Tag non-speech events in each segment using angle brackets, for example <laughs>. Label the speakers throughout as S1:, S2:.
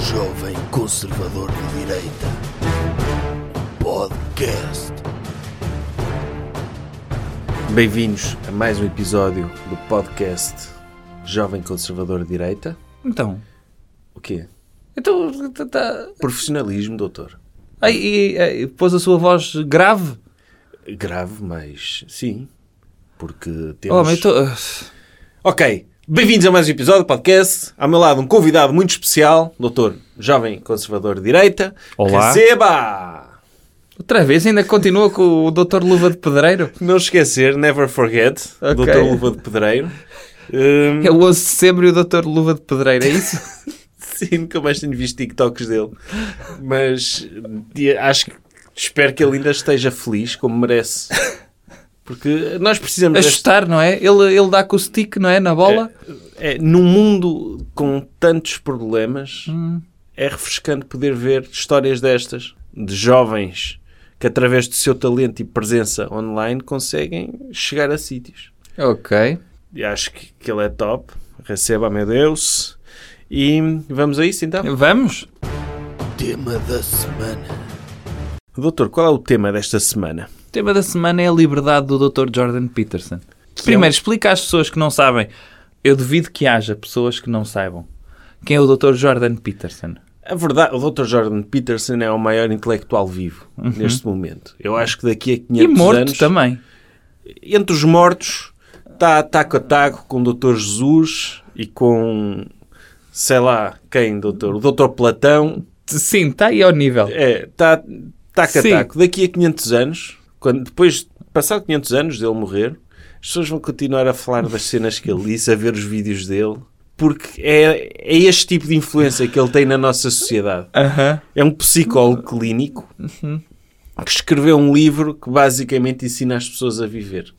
S1: jovem conservador de direita. Podcast.
S2: Bem-vindos a mais um episódio do podcast Jovem Conservador de Direita.
S3: Então,
S2: O quê?
S3: então tá- tá-
S2: Profissionalismo, doutor.
S3: Ai, e, e, pôs a sua voz grave?
S2: Grave, mas sim. Porque temos.
S3: Oh, mas eu tô-
S2: Ok, bem-vindos a mais um episódio do podcast. Ao meu lado, um convidado muito especial, doutor Jovem Conservador de Direita.
S3: Olá.
S2: Receba!
S3: Outra vez ainda continua com o Dr. Luva de Pedreiro?
S2: Não esquecer, never forget,
S3: Ok.
S2: doutor Luva de Pedreiro. Hum,
S3: É o 11 de setembro e o Dr. Luva de Pedreiro, é
S2: <laughs>
S3: isso?
S2: Sim, nunca mais tenho visto TikToks dele. Mas e acho que espero que ele ainda esteja feliz como merece. Porque nós precisamos deste-
S3: Ajustar, não é? Ele, ele dá com o stick, não é? Na bola?
S2: é, num mundo com tantos problemas, é refrescante poder ver histórias destas de jovens que através do seu talento e presença online conseguem chegar a sítios.
S3: Ok.
S2: E acho que, que ele é top. Receba, meu Deus. E vamos a isso
S3: É
S2: então.
S3: Vamos?
S1: Tema da semana.
S2: Doutor, qual é o tema desta semana?
S3: O tema da semana é a liberdade do Dr. Jordan Peterson.
S2: é
S3: Primeiro, explica às pessoas que não sabem. Eu duvido que haja pessoas que não saibam. Quem é o Dr. Jordan Peterson?
S2: A verdade, o Dr. Jordan Peterson é o maior intelectual vivo neste momento. Eu acho que daqui a 500
S3: E morto
S2: anos,
S3: também.
S2: entre os mortos, está taco a taco com o Dr. Jesus e com, sei lá, quem, doutor? O Dr. Platão.
S3: Sim, está aí ao nível.
S2: É, está taco a
S3: Sim.
S2: taco. Daqui a 500 anos, quando, depois de passar 500 anos dele morrer, as pessoas vão continuar a falar das cenas que ele disse, a ver os vídeos dele, porque é, é este tipo de influência que ele tem na nossa sociedade.
S3: Aham.
S2: É um psicólogo clínico que escreveu um livro que basicamente ensina as pessoas a viver.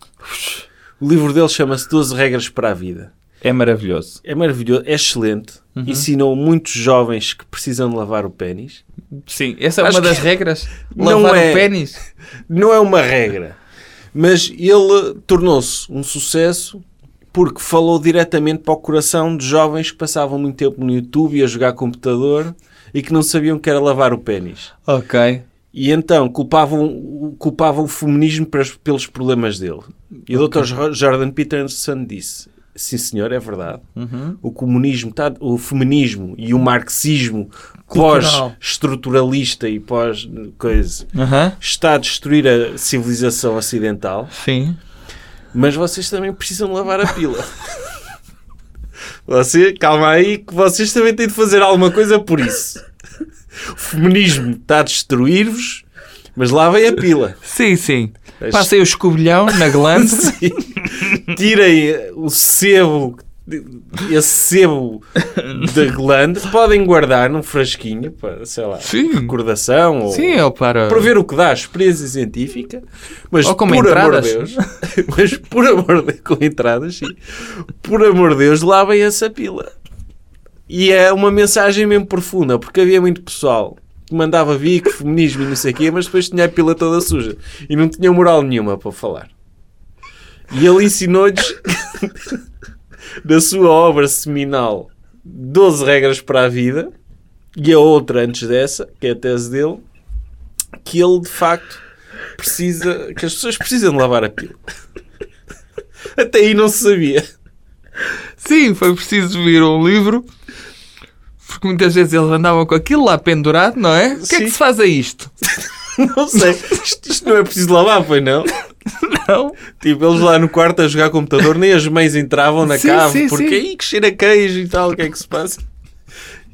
S2: O livro dele chama-se 12 Regras para a Vida.
S3: É maravilhoso.
S2: É maravilhoso, é excelente. Ensinou muitos jovens que precisam de lavar o pênis.
S3: Sim, essa é
S2: Acho
S3: uma
S2: que <laughs>
S3: das regras.
S2: não
S3: Lavar
S2: é.
S3: o pênis.
S2: Não é uma regra, mas ele tornou-se um sucesso porque falou diretamente para o coração de jovens que passavam muito tempo no YouTube e a jogar computador e que não sabiam o que era lavar o pênis.
S3: Ok.
S2: E então culpavam, culpavam o feminismo pelos, pelos problemas dele. E o Dr. Jo- Jordan Peterson disse: Sim, senhor, é verdade.
S3: Uhum.
S2: O comunismo, tá, o feminismo e o marxismo
S3: Cultural.
S2: pós-estruturalista e pós-coisa
S3: Aham.
S2: está a destruir a civilização ocidental,
S3: Sim.
S2: mas vocês também precisam lavar a pila. <laughs> Você, calma aí, que vocês também têm de fazer alguma coisa por isso. O feminismo está a destruir-vos, mas lavem a <laughs> pila.
S3: Sim, sim.
S2: Mas-
S3: Passei o escobilhão na glande.
S2: <laughs> Tirem o sebo, esse sebo da glande, podem guardar num frasquinho, para, sei lá,
S3: Sim.
S2: recordação ou
S3: sim, eu para.
S2: para ver o que dá, experiência científica, mas
S3: Ou como
S2: por
S3: entradas.
S2: amor de Deus, <laughs> mas por amor de Deus, com entradas, sim, por amor de Deus, lavem essa pila. E é uma mensagem mesmo profunda, porque havia muito pessoal que mandava vir que feminismo e não sei o quê, mas depois tinha a pila toda suja e não tinha moral nenhuma para falar. E ele ensinou-lhes, <laughs> na sua obra seminal, 12 regras para a vida, e a outra antes dessa, que é a tese dele, que ele de facto precisa, que as pessoas precisam de lavar a pila. Até aí não se sabia.
S3: Sim, foi preciso vir um livro. Porque muitas vezes eles andavam com aquilo lá pendurado, não é? O que é
S2: Sim.
S3: que se faz a isto?
S2: Não sei. Isto, isto não é preciso lavar, foi <laughs> não?
S3: Não.
S2: Tipo, eles lá no quarto a jogar computador, nem as mães entravam na
S3: Sim,
S2: cave,
S3: sim,
S2: porque
S3: sim.
S2: aí que cheira a queijo e tal, o que é que se passa?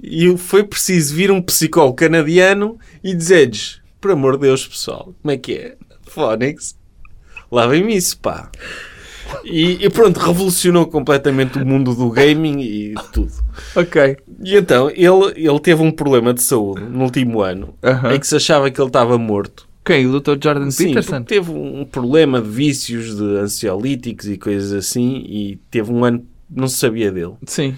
S2: E foi preciso vir um psicólogo canadiano e dizer-lhes, por amor de Deus, pessoal, como é que é? Fónix, lavem-me isso, pá. E, e pronto, revolucionou completamente o mundo do gaming e tudo.
S3: Ok.
S2: E então, ele, ele teve um problema de saúde no último ano,
S3: Aham. é
S2: em que se achava que ele estava morto.
S3: Quem? O Dr. Jordan
S2: Sim,
S3: Peterson?
S2: porque teve um problema de vícios, de ansiolíticos e coisas assim, e teve um ano não se sabia dele.
S3: Sim.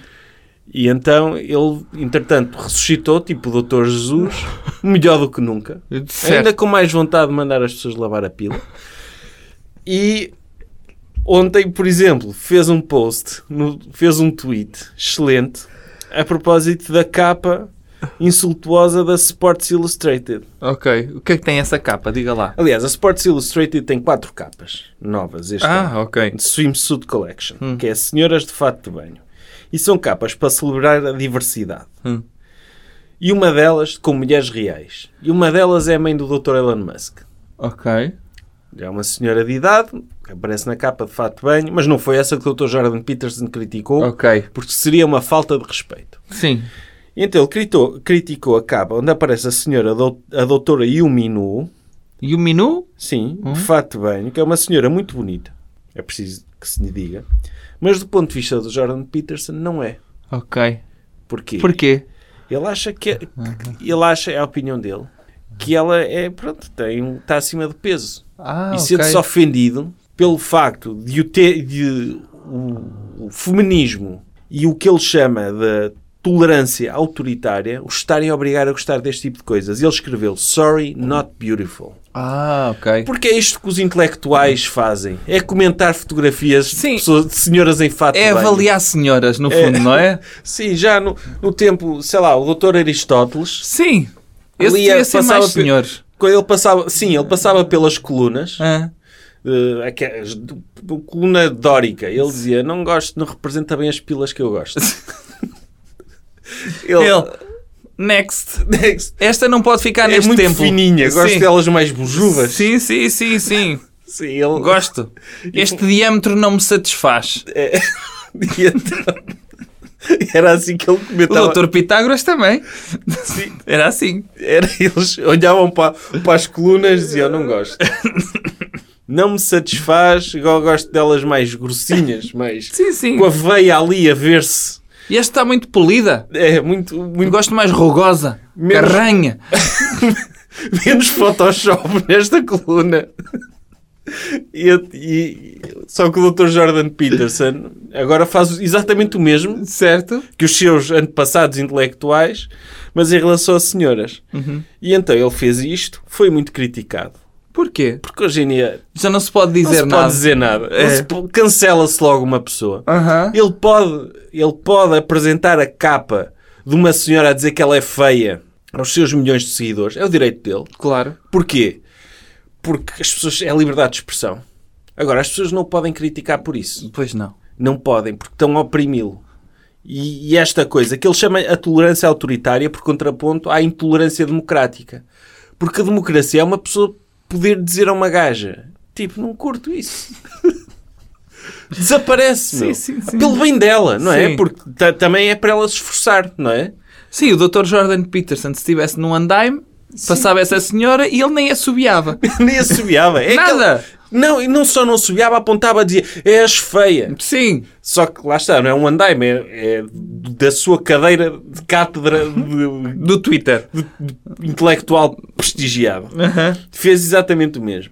S2: E então ele, entretanto, ressuscitou, tipo o Doutor Jesus, <laughs> melhor do que nunca.
S3: Certo.
S2: Ainda com mais vontade de mandar as pessoas lavar a pila. <laughs> E ontem, por exemplo, fez um post, no- fez um tweet excelente a propósito da capa insultuosa da Sports Illustrated.
S3: Ok. O que é que tem essa capa? Diga lá.
S2: Aliás, a Sports Illustrated tem quatro capas novas este ano.
S3: Ah, Hum. ok.
S2: de Swimsuit Collection, que é Senhoras de Fato de Banho. E são capas para celebrar a diversidade.
S3: Hum.
S2: E uma delas com mulheres reais. E uma delas é a mãe do Dr. Elon Musk.
S3: Ok.
S2: É uma senhora de idade, que aparece na capa de fato de banho, mas não foi essa que o Dr. Jordan Peterson criticou,
S3: Ok.
S2: porque seria uma falta de respeito.
S3: Sim.
S2: E Então ele critou- criticou a capa onde aparece a senhora, dou- a doutora Yumi Nu,
S3: E o menu?
S2: Sim, de fato bem, que é uma senhora muito bonita. É preciso que se lhe diga. Mas do ponto de vista do Jordan Peterson, não é.
S3: Ok.
S2: Porquê?
S3: Porquê?
S2: Ele acha que... que- Ele acha, é a opinião dele, que ela é, pronto, tem, um- está acima do peso.
S3: Ah,
S2: e sente-se
S3: ok.
S2: ofendido pelo facto de o, ter, de o, o feminismo e o que ele chama de tolerância autoritária o estarem a obrigar a gostar deste tipo de coisas. Ele escreveu Sorry, not beautiful.
S3: Ah, ok.
S2: Porque é isto que os intelectuais fazem. É comentar fotografias de,
S3: Sim.
S2: pessoas- de senhoras em fato
S3: É
S2: de banho.
S3: avaliar senhoras, no fundo, não é?
S2: Sim, já no, no tempo, sei lá, o doutor Aristóteles,
S3: Sim. Esse
S2: Ali é-
S3: devia ser mais
S2: passava pe-
S3: senhores.
S2: quando ele passava, sim, ele passava pelas colunas,
S3: Ah,
S2: eh, aquelas do- do- coluna dórica. Ele dizia, não gosto, não representa bem as pilas que eu
S3: <laughs>
S2: gosto.
S3: Ele. Next. Esta não pode ficar
S2: É
S3: neste
S2: muito
S3: tempo.
S2: fininha, gosto
S3: sim.
S2: delas mais bujuvas.
S3: Sim, sim, sim, sim.
S2: Sim, ele
S3: <laughs> Gosto. Este diâmetro não me satisfaz.
S2: <laughs> E então- Era assim que ele
S3: O
S2: comentava.
S3: doutor Pitágoras também.
S2: Sim.
S3: <laughs> Era assim.
S2: Era, eles olhavam para, para as colunas e diziam: Não
S3: <laughs>
S2: gosto. Não me satisfaz, igual gosto delas mais grossinhas, mais
S3: Sim, sim.
S2: com a veia ali a ver-se.
S3: E esta está muito polida.
S2: É muito, muito
S3: Eu gosto mais rugosa.
S2: Menos-
S3: Carranha.
S2: <laughs> menos Photoshop nesta coluna. E, e- só que o Dr. Jordan Peterson agora faz exatamente o mesmo
S3: Certo?
S2: que os seus antepassados intelectuais, mas em relação a senhoras.
S3: Uhum.
S2: E então ele fez isto, foi muito criticado.
S3: Porquê?
S2: Porque hoje em dia
S3: Já não se pode
S2: Não
S3: dizer
S2: se
S3: nada.
S2: pode dizer nada. Não
S3: É.
S2: se po- Cancela-se logo uma pessoa.
S3: Aham.
S2: Ele pode, ele pode apresentar a capa de uma senhora a dizer que ela é feia aos seus milhões de seguidores. É o direito dele.
S3: Claro.
S2: Porquê? Porque as pessoas... É a liberdade de expressão. Agora, as pessoas não podem criticar por isso.
S3: Pois não.
S2: Não podem, porque estão a oprimi-lo. E, e esta coisa, que ele chama a tolerância autoritária por contraponto à intolerância democrática. Porque a democracia é uma pessoa poder dizer a uma gaja: Tipo, não curto isso. <laughs> Desaparece, meu.
S3: sim, sim.
S2: Pelo bem dela, não é?
S3: Sim.
S2: Porque ta- também é para ela se esforçar, não é?
S3: Sim, o Dr. Jordan Peterson, se estivesse num andaime, passava essa senhora e ele nem assobiava.
S2: <laughs> Nem assobiava. É
S3: Nada.
S2: aquela- Não, e não só não assobiava, apontava "É a dizer: És feia.
S3: Sim.
S2: Só que lá está, não é um andaime, é, é da sua cadeira de cátedra de
S3: <laughs> Do Twitter.
S2: intelectual prestigiado. Fez exatamente o mesmo.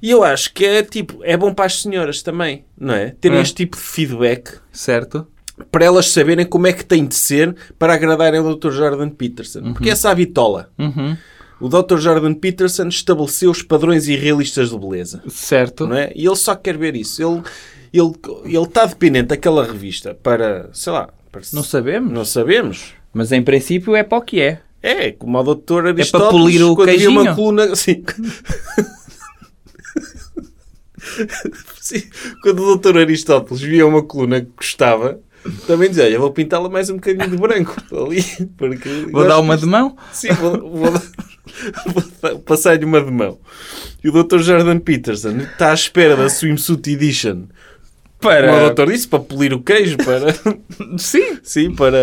S2: E eu acho que é tipo, é bom para as senhoras também, não é? Terem
S3: É.
S2: este tipo de feedback
S3: Certo.
S2: para elas saberem como é que tem de ser para agradarem ao Dr. Jordan Peterson.
S3: Uhum.
S2: Porque essa é a bitola. O Dr. Jordan Peterson estabeleceu os padrões irrealistas de beleza,
S3: Certo.
S2: não é? E ele só quer ver isso. Ele, ele, ele está dependente daquela revista para, sei lá, para
S3: Não sabemos.
S2: não sabemos.
S3: Mas em princípio é para o que é.
S2: É, como a doutora Aristóteles,
S3: para polir o
S2: quando havia uma
S3: queijinho.
S2: coluna... Sim. Sim, Quando o doutor Aristóteles via uma coluna que gostava, também dizia, olha, vou pintá-la mais um bocadinho de branco ali, porque...
S3: Vou dar uma de mão.
S2: Sim, vou, vou, dar- vou dar- passar-lhe uma de mão. E o Dr. Jordan Peterson está à espera da swimsuit edition. Como o
S3: Para.
S2: doutor disse, para polir o queijo, para...
S3: <laughs> Sim.
S2: Sim, para...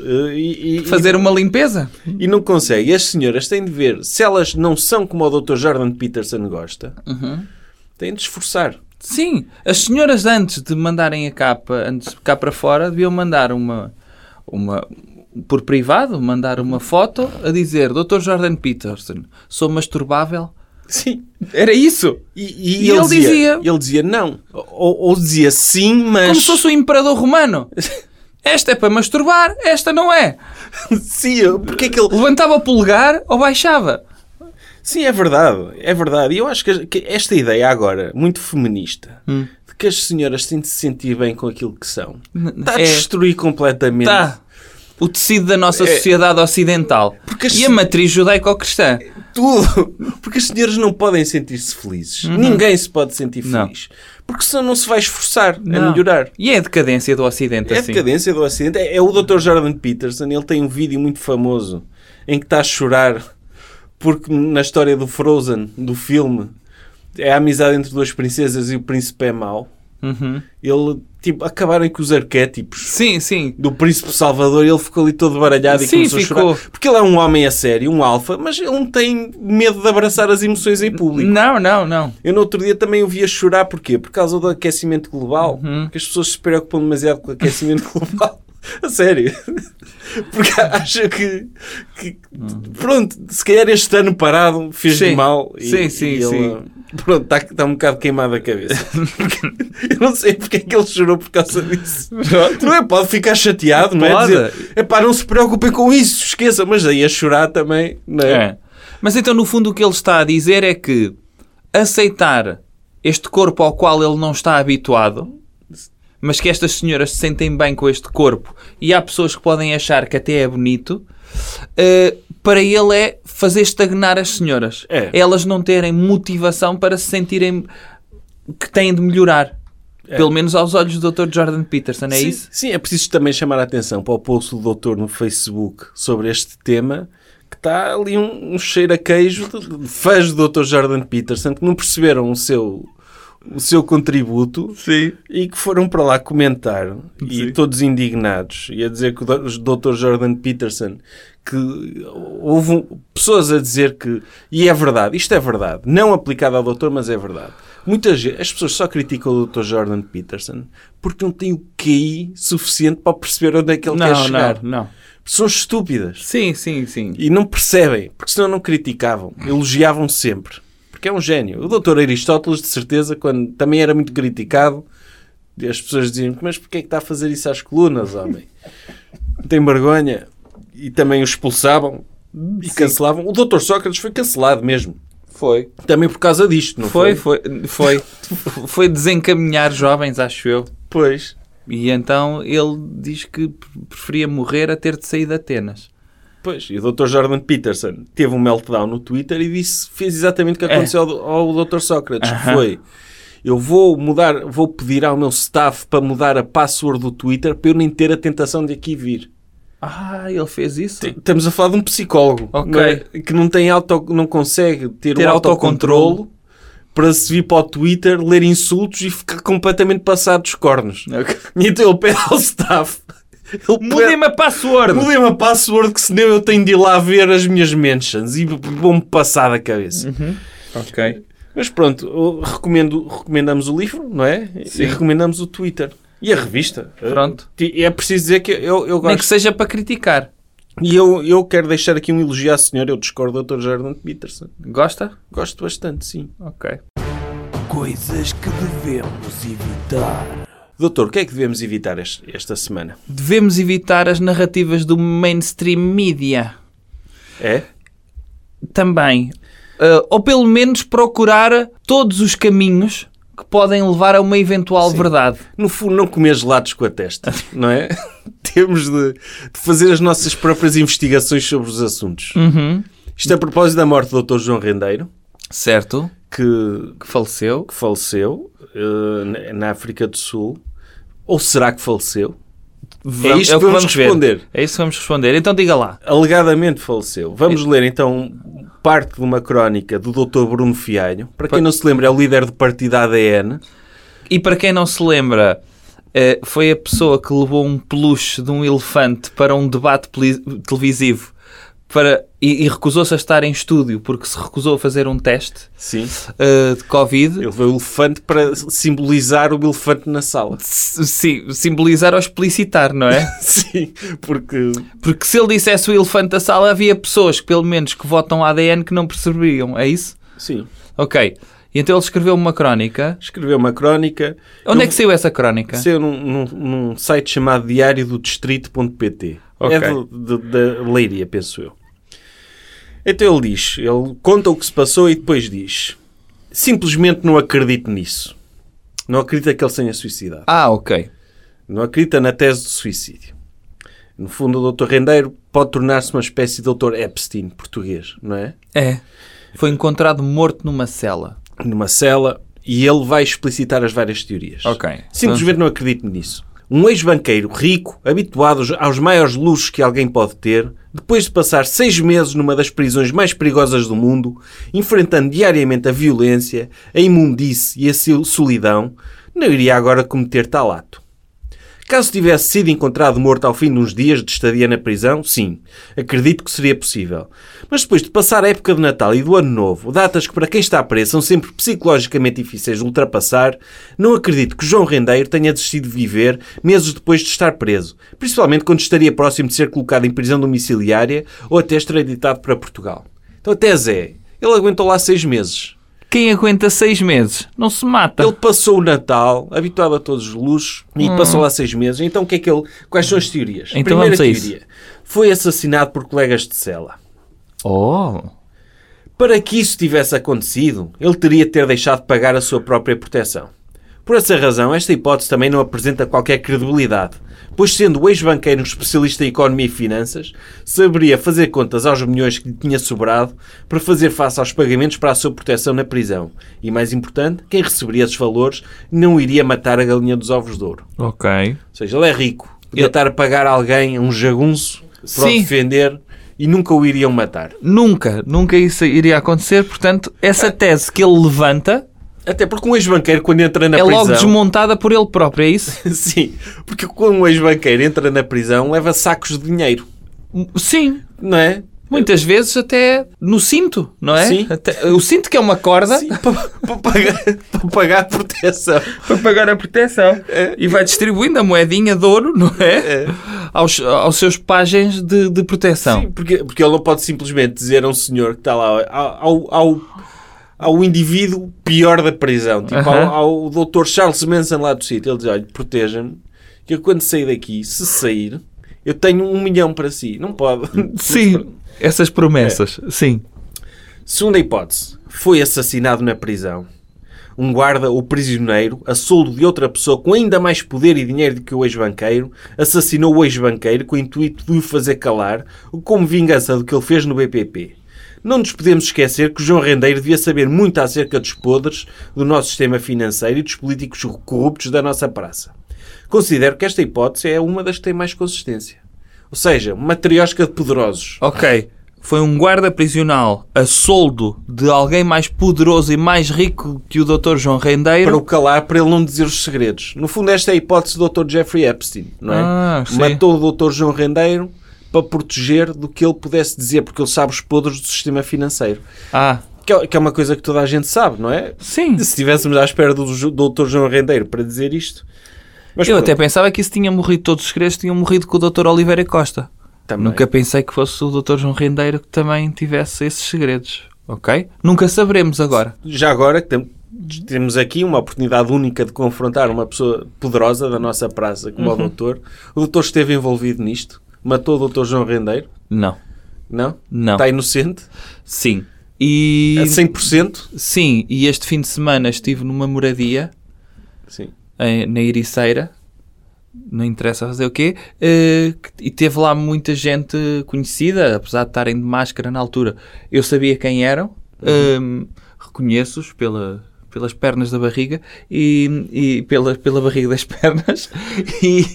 S2: eh, e- e-
S3: Fazer uma limpeza.
S2: e não consegue. As senhoras têm de ver, se elas não são como o Dr. Jordan Peterson gosta,
S3: Uhum.
S2: têm de esforçar.
S3: Sim, as senhoras antes de mandarem a capa antes cá para fora deviam mandar uma, uma por privado, mandar uma foto a dizer Dr. Jordan Peterson, sou masturbável.
S2: Sim.
S3: Era isso?
S2: E,
S3: E ele dizia-
S2: Ele dizia não. Ou, ou dizia sim, mas...
S3: Como se fosse o imperador romano. Esta é para masturbar, esta não é.
S2: <laughs> Sim, porque é que ele...
S3: Levantava o polegar ou baixava.
S2: Sim, é verdade. É verdade. E eu acho que que esta ideia agora, muito feminista,
S3: Hum.
S2: de que as senhoras têm de se sentir bem com aquilo que são, está a
S3: É.
S2: destruir completamente...
S3: Tá. o tecido da nossa sociedade ocidental
S2: É. Porque as-
S3: e a matriz judaico-cristã.
S2: Tudo! <laughs> Porque as senhoras não podem sentir-se felizes. Ninguém se pode sentir
S3: Uhum. Não.
S2: feliz. Porque senão não se vai esforçar a
S3: Não.
S2: melhorar.
S3: E é a decadência do Ocidente,
S2: É a
S3: assim.
S2: decadência do acidente. É, é o Dr. Jordan Peterson. Ele tem um vídeo muito famoso em que está a chorar porque na história do Frozen, do filme, é a amizade entre duas princesas e o príncipe é mau.
S3: Uhum.
S2: Ele, tipo, acabaram com os arquétipos
S3: Sim, sim.
S2: do príncipe Salvador e ele ficou ali todo baralhado
S3: Sim,
S2: e começou
S3: ficou.
S2: a chorar. Porque ele é um homem a sério, um alfa, mas ele não tem medo de abraçar as emoções em público.
S3: Não, não, não.
S2: Eu no outro dia também o via chorar, porquê? Por causa do aquecimento global,
S3: Uhum.
S2: que as pessoas se preocupam demasiado com o aquecimento <laughs> global. A sério. Porque acham que, que- Pronto, se calhar este ano parado fez-lhe
S3: Sim.
S2: mal. E,
S3: Sim, sim,
S2: e ele,
S3: sim.
S2: Pronto, está tá um bocado queimado a
S3: <laughs>
S2: cabeça. Eu não sei porque é que ele chorou por causa disso. Não é? Pode ficar chateado, não
S3: Pode.
S2: é? Dizer, epá, não se preocupem com isso, esqueça. Mas aí a chorar também, não é?
S3: É. Mas então, no fundo, o que ele está a dizer é que aceitar este corpo ao qual ele não está habituado, mas que estas senhoras se sentem bem com este corpo e há pessoas que podem achar que até é bonito, eh, para ele é fazer estagnar as senhoras.
S2: É.
S3: Elas não terem motivação para se sentirem que têm de melhorar. Pelo menos aos olhos do Dr. Jordan Peterson, é
S2: sim,
S3: isso?
S2: Sim, é preciso também chamar a atenção para o post do doutor no Facebook sobre este tema, que está ali um, um cheiro a queijo de, de fãs do Dr. Jordan Peterson, que não perceberam o seu, o seu contributo
S3: Sim.
S2: e que foram para lá comentar e todos indignados e a dizer que o Dr. Jordan Peterson que houve um- pessoas a dizer que e é verdade, isto é verdade, não aplicado ao doutor, mas é verdade. Muita gente, as pessoas só criticam o Dr. Jordan Peterson porque não têm o QI suficiente para perceber onde é que ele quer
S3: Não, não,
S2: chegar.
S3: não.
S2: São estúpidas
S3: Sim, sim, sim.
S2: e não percebem, porque senão não criticavam, elogiavam sempre, porque é um gênio. O doutor Aristóteles, de certeza, quando também era muito criticado, as pessoas diziam, mas porquê é que está a fazer isso às colunas, homem? <laughs> Não Tem vergonha. E também o expulsavam e cancelavam. O doutor Sócrates foi cancelado mesmo,
S3: Foi.
S2: também por causa disto, não
S3: Foi,
S2: foi?
S3: foi, foi. Foi desencaminhar jovens, acho eu.
S2: Pois.
S3: E então ele diz que pre- preferia morrer a ter de sair de Atenas.
S2: Pois, e o Dr. Jordan Peterson teve um meltdown no Twitter e disse, fez exatamente o
S3: É.
S2: que aconteceu ao, ao Dr. Sócrates, que foi eu vou mudar, vou pedir ao meu staff para mudar a password do Twitter para eu nem ter a tentação de aqui vir.
S3: Ah, ele fez isso?
S2: T- Estamos a falar de um psicólogo
S3: Ok.
S2: não é? que não tem auto, não consegue ter,
S3: Ter
S2: o
S3: autocontrolo.
S2: autocontrolo para se vir para o Twitter, ler insultos e ficar completamente passado dos cornos.
S3: Ok.
S2: E então ele pede ao staff. ele pede-
S3: Mudei-me a password!
S2: Mudei uma password que senão eu tenho de ir lá ver as minhas mentions e vou-me passar da cabeça.
S3: Uhum. Ok.
S2: Mas pronto, eu recomendo, recomendamos o livro, não é? E recomendamos o Twitter. E a revista.
S3: Pronto.
S2: E É preciso dizer que eu, eu
S3: Nem
S2: gosto.
S3: que seja para criticar.
S2: E eu, eu quero deixar aqui um elogio à senhora. Eu discordo do Dr. Jordan Peterson.
S3: Gosta?
S2: Gosto bastante, sim.
S3: Ok.
S1: Coisas que devemos evitar.
S2: Doutor, o que é que devemos evitar este- esta semana?
S3: Devemos evitar as narrativas do mainstream media.
S2: É?
S3: Também. Ah, ou pelo menos procurar todos os caminhos que podem levar a uma eventual verdade.
S2: No fundo, não comer gelados com a testa, não é? <laughs> Temos de, de fazer as nossas próprias investigações sobre os assuntos.
S3: Uhum.
S2: Isto é a propósito da morte do Dr. João Rendeiro,
S3: Certo.
S2: que,
S3: Que faleceu.
S2: que faleceu eh, na- na África do Sul. Ou será que faleceu? É
S3: Vam-
S2: isto
S3: o
S2: que vamos responder.
S3: É isso que vamos responder. Então diga lá.
S2: Alegadamente faleceu. Vamos ler então parte de uma crónica do Dr. Bruno Fialho. Para quem não se lembra, é o líder do partido ADN.
S3: E para quem não se lembra, eh, foi a pessoa que levou um peluche de um elefante para um debate peli- televisivo para, e, e recusou-se a estar em estúdio porque se recusou a fazer um teste
S2: Sim.
S3: eh, de Covid.
S2: Ele veio o elefante para simbolizar o elefante na sala.
S3: S- Sim, simbolizar ou explicitar, não
S2: <laughs>
S3: é?
S2: Sim, porque
S3: Porque se ele dissesse o elefante da sala, havia pessoas que, pelo menos, que votam ADN que não percebiam, é isso?
S2: sim,
S3: Ok. E então ele escreveu uma crónica.
S2: escreveu uma crónica.
S3: Onde é que saiu essa crónica?
S2: Saiu num, num- num site chamado Diário do Distrito.pt.
S3: Ok.
S2: É do- do- da Leiria, penso eu. Então ele diz, ele conta o que se passou e depois diz: simplesmente não acredito nisso. Não acredita que ele tenha suicidado.
S3: Ah, ok.
S2: Não acredita na tese do suicídio. No fundo, o Dr. Rendeiro pode tornar-se uma espécie de Dr. Epstein português, não é?
S3: É. Foi encontrado morto numa cela.
S2: Numa cela e ele vai explicitar as várias teorias.
S3: Ok.
S2: Simplesmente não acredito um nisso. Um ex-banqueiro rico, habituado aos- aos maiores luxos que alguém pode ter, depois de passar seis meses numa das prisões mais perigosas do mundo, enfrentando diariamente a violência, a imundície e a sil- solidão, não iria agora cometer tal ato. Caso tivesse sido encontrado morto ao fim de uns dias de estadia na prisão, sim, acredito que seria possível. Mas depois de passar a época de Natal e do Ano Novo, datas que para quem está preso são sempre psicologicamente difíceis de ultrapassar, não acredito que João Rendeiro tenha desistido de viver meses depois de estar preso, principalmente quando estaria próximo de ser colocado em prisão domiciliária ou até extraditado para Portugal. Então até Zé, ele aguentou lá seis meses.
S3: Quem aguenta seis meses não se mata. Hum.
S2: Ele passou o Natal, habituado a todos os luxos, e passou lá seis meses. Então, o que é que ele. Quais são as teorias?
S3: Então
S2: Primeira
S3: vamos a isso.
S2: teoria. Foi assassinado por colegas de cela.
S3: Oh.
S2: Para que isso tivesse acontecido, ele teria de ter deixado de pagar a sua própria proteção. Por essa razão, esta hipótese também não apresenta qualquer credibilidade, pois sendo o ex-banqueiro um especialista em economia e finanças, saberia fazer contas aos milhões que lhe tinha sobrado para fazer face aos pagamentos para a sua proteção na prisão. E mais importante, quem receberia esses valores não iria matar a galinha dos ovos de ouro.
S3: Ok.
S2: Ou seja, ele é rico. Podia
S3: Ele-
S2: estar a pagar alguém, um jagunço, para o
S3: Sim.
S2: defender e nunca o iriam matar.
S3: Nunca, nunca isso iria acontecer. Portanto, essa tese que ele levanta
S2: Até porque um ex-banqueiro, quando entra na
S3: é
S2: prisão...
S3: logo desmontada por ele próprio, é isso?
S2: <laughs> Sim, porque quando um ex-banqueiro entra na prisão, leva sacos de dinheiro,
S3: Sim.
S2: não é?
S3: Muitas vezes até no cinto, não é?
S2: Sim.
S3: Até- o cinto que é uma corda
S2: Sim, <laughs> para, para pagar, para pagar a proteção.
S3: para pagar a proteção. É. E vai distribuindo a moedinha de ouro, não é?
S2: É.
S3: Aos, aos seus pajens de, de proteção.
S2: Sim, porque, porque ele não pode simplesmente dizer a um senhor que está lá ao, ao, ao indivíduo pior da prisão, tipo
S3: Aham.
S2: ao, ao Dr. Charles Manson lá do sítio. Ele diz: Olha, proteja-me, que eu quando sair daqui, se sair, eu tenho um milhão para si. Não pode.
S3: Hum. Sim, É. essas promessas. Sim.
S2: Segunda hipótese. Foi assassinado na prisão. Um guarda ou prisioneiro, a soldo de outra pessoa com ainda mais poder e dinheiro do que o ex-banqueiro, assassinou o ex-banqueiro com o intuito de o fazer calar, como vingança do que ele fez no BPP. Não nos podemos esquecer que o João Rendeiro devia saber muito acerca dos podres do nosso sistema financeiro e dos políticos corruptos da nossa praça. Considero que esta hipótese é uma das que tem mais consistência. Ou seja, uma triosca de poderosos.
S3: Ok. Foi um guarda prisional a soldo de alguém mais poderoso e mais rico que o Dr. João Rendeiro.
S2: para o calar, para ele não dizer os segredos. No fundo, esta é a hipótese do Dr. Jeffrey Epstein, não é?
S3: Ah, sim.
S2: Matou o Dr. João Rendeiro para proteger do que ele pudesse dizer, porque ele sabe os podres do sistema financeiro.
S3: Ah,
S2: Que é, que é uma coisa que toda a gente sabe, não é?
S3: sim.
S2: Se estivéssemos à espera do Ju- Dr. João Rendeiro para dizer isto. Mas
S3: Eu
S2: pronto,
S3: até pensava que isso tinha morrido, todos os segredos tinham morrido com o Dr. Oliveira Costa.
S2: também.
S3: Nunca pensei que fosse o Dr. João Rendeiro que também tivesse esses segredos. Ok? Nunca saberemos agora.
S2: Já agora que tem- temos aqui uma oportunidade única de confrontar uma pessoa poderosa da nossa praça,
S3: Uhum.
S2: como o doutor. O doutor esteve envolvido nisto, matou o Dr. João Rendeiro,
S3: Não.
S2: não?
S3: Não.
S2: Está inocente?
S3: Sim. E.
S2: A 100%?
S3: Sim, e este fim de semana estive numa moradia
S2: Sim.
S3: em- na Ericeira, não interessa fazer o quê, eh, que- e teve lá muita gente conhecida, apesar de estarem de máscara na altura. Eu sabia quem eram,
S2: Uhum.
S3: ehm, reconheço-os pela, pelas pernas da barriga e, e pela, pela barriga das <laughs> pernas, e,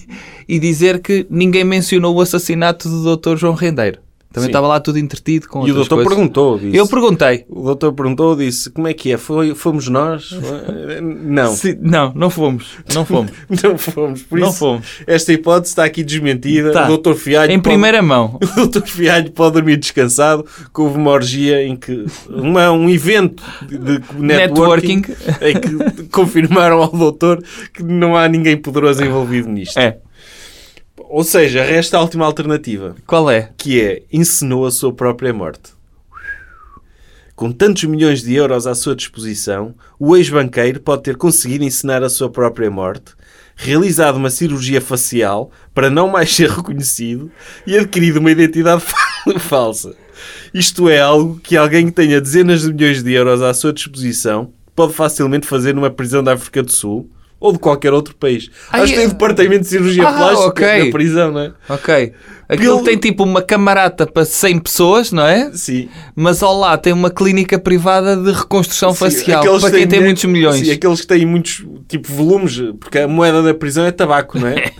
S3: e dizer que ninguém mencionou o assassinato do Dr. João Rendeiro. Também
S2: Sim.
S3: estava lá tudo entretido com
S2: E o
S3: outras
S2: doutor
S3: coisas.
S2: perguntou, disse.
S3: Eu perguntei.
S2: O doutor perguntou, disse, como é que é? Foi, fomos
S3: <laughs>
S2: nós? Eh, Não,
S3: Se- não, não fomos. Não fomos.
S2: <laughs> não fomos. Por
S3: Não
S2: isso,
S3: fomos.
S2: esta hipótese está aqui desmentida.
S3: Tá.
S2: O doutor Fialho...
S3: em
S2: pode-
S3: primeira mão.
S2: <laughs> O doutor Fialho pode dormir descansado, que houve uma orgia em que... Uma, um evento de de networking,
S3: Networking.
S2: em que confirmaram ao doutor que não há ninguém poderoso envolvido nisto.
S3: É.
S2: Ou seja, resta a última alternativa.
S3: Qual é?
S2: que é ensinou a sua própria morte. Com tantos milhões de euros à sua disposição, o ex-banqueiro pode ter conseguido ensinar a sua própria morte, realizado uma cirurgia facial para não mais ser <laughs> reconhecido e adquirido uma identidade <laughs> fa- falsa. Isto é algo que alguém que tenha dezenas de milhões de euros à sua disposição pode facilmente fazer numa prisão da África do Sul, ou de qualquer outro país.
S3: Ah,
S2: Acho que tem
S3: é-
S2: departamento de cirurgia
S3: Ah,
S2: plástica
S3: ok.
S2: na prisão, não é?
S3: Ok. Aquilo
S2: Pelo-
S3: tem tipo uma camarata para 100 pessoas, não é?
S2: Sim.
S3: Mas ao lá tem uma clínica privada de reconstrução
S2: Sim,
S3: facial
S2: aqueles
S3: para
S2: que
S3: quem
S2: têm
S3: tem
S2: dinhe-
S3: muitos milhões.
S2: Sim, aqueles que têm muitos, tipo, volumes, porque a moeda da prisão é tabaco, não
S3: <laughs>
S2: é?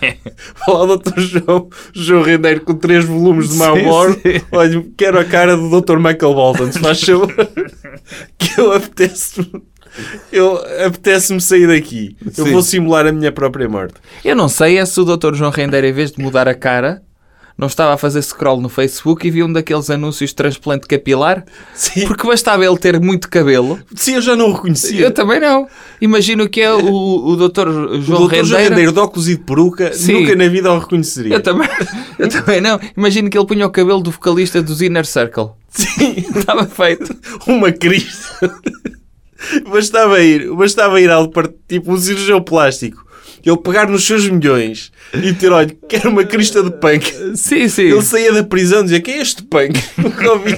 S2: Fala o Dr. João, João Rendeiro com três volumes de
S3: Sim,
S2: Marlboro. Olha, quero a cara do Dr. Michael Bolton, se faz
S3: <laughs>
S2: favor. que eu apetece-me. Eu apetece-me sair daqui. Eu
S3: Sim.
S2: vou simular a minha própria morte.
S3: Eu não sei é se o Dr. João Rendeiro, em vez de mudar a cara, não estava a fazer scroll no Facebook e viu um daqueles anúncios de transplante capilar,
S2: Sim,
S3: porque bastava ele ter muito cabelo.
S2: sim eu já não o reconhecia.
S3: Eu também não. Imagino que é o, o Dr. João
S2: o Dr. João
S3: Rendeiro.
S2: Rendeiro de óculos e de peruca,
S3: Sim.
S2: nunca na vida o reconheceria.
S3: Eu também, <laughs> eu também não. Imagino que ele punha o cabelo do vocalista dos Inner Circle. <laughs>
S2: Sim.
S3: Estava feito.
S2: <laughs> uma crise. bastava ir, bastava ir ao depart- tipo um cirurgião plástico. Ele pegar nos seus milhões e ter, olha, quero uma crista de punk.
S3: Sim, sim.
S2: Ele saía da prisão e dizia, quem é este punk? <laughs> Nunca ouvi.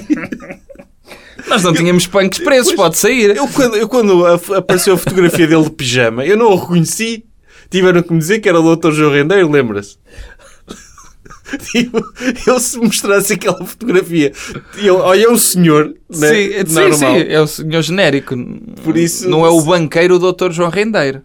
S3: Nós não tínhamos punks presos, pode sair.
S2: Eu quando, eu, quando a- apareceu a fotografia dele de pijama, eu não o reconheci. Tiveram que me dizer que era o Dr. João Rendeiro, lembra-se? <laughs> Tipo, eu se mostrasse aquela fotografia, eu, olha, é um senhor, né?
S3: Sim, sim,
S2: normal.
S3: sim, é o senhor genérico.
S2: Por isso-
S3: não é o banqueiro o Dr. João Rendeiro.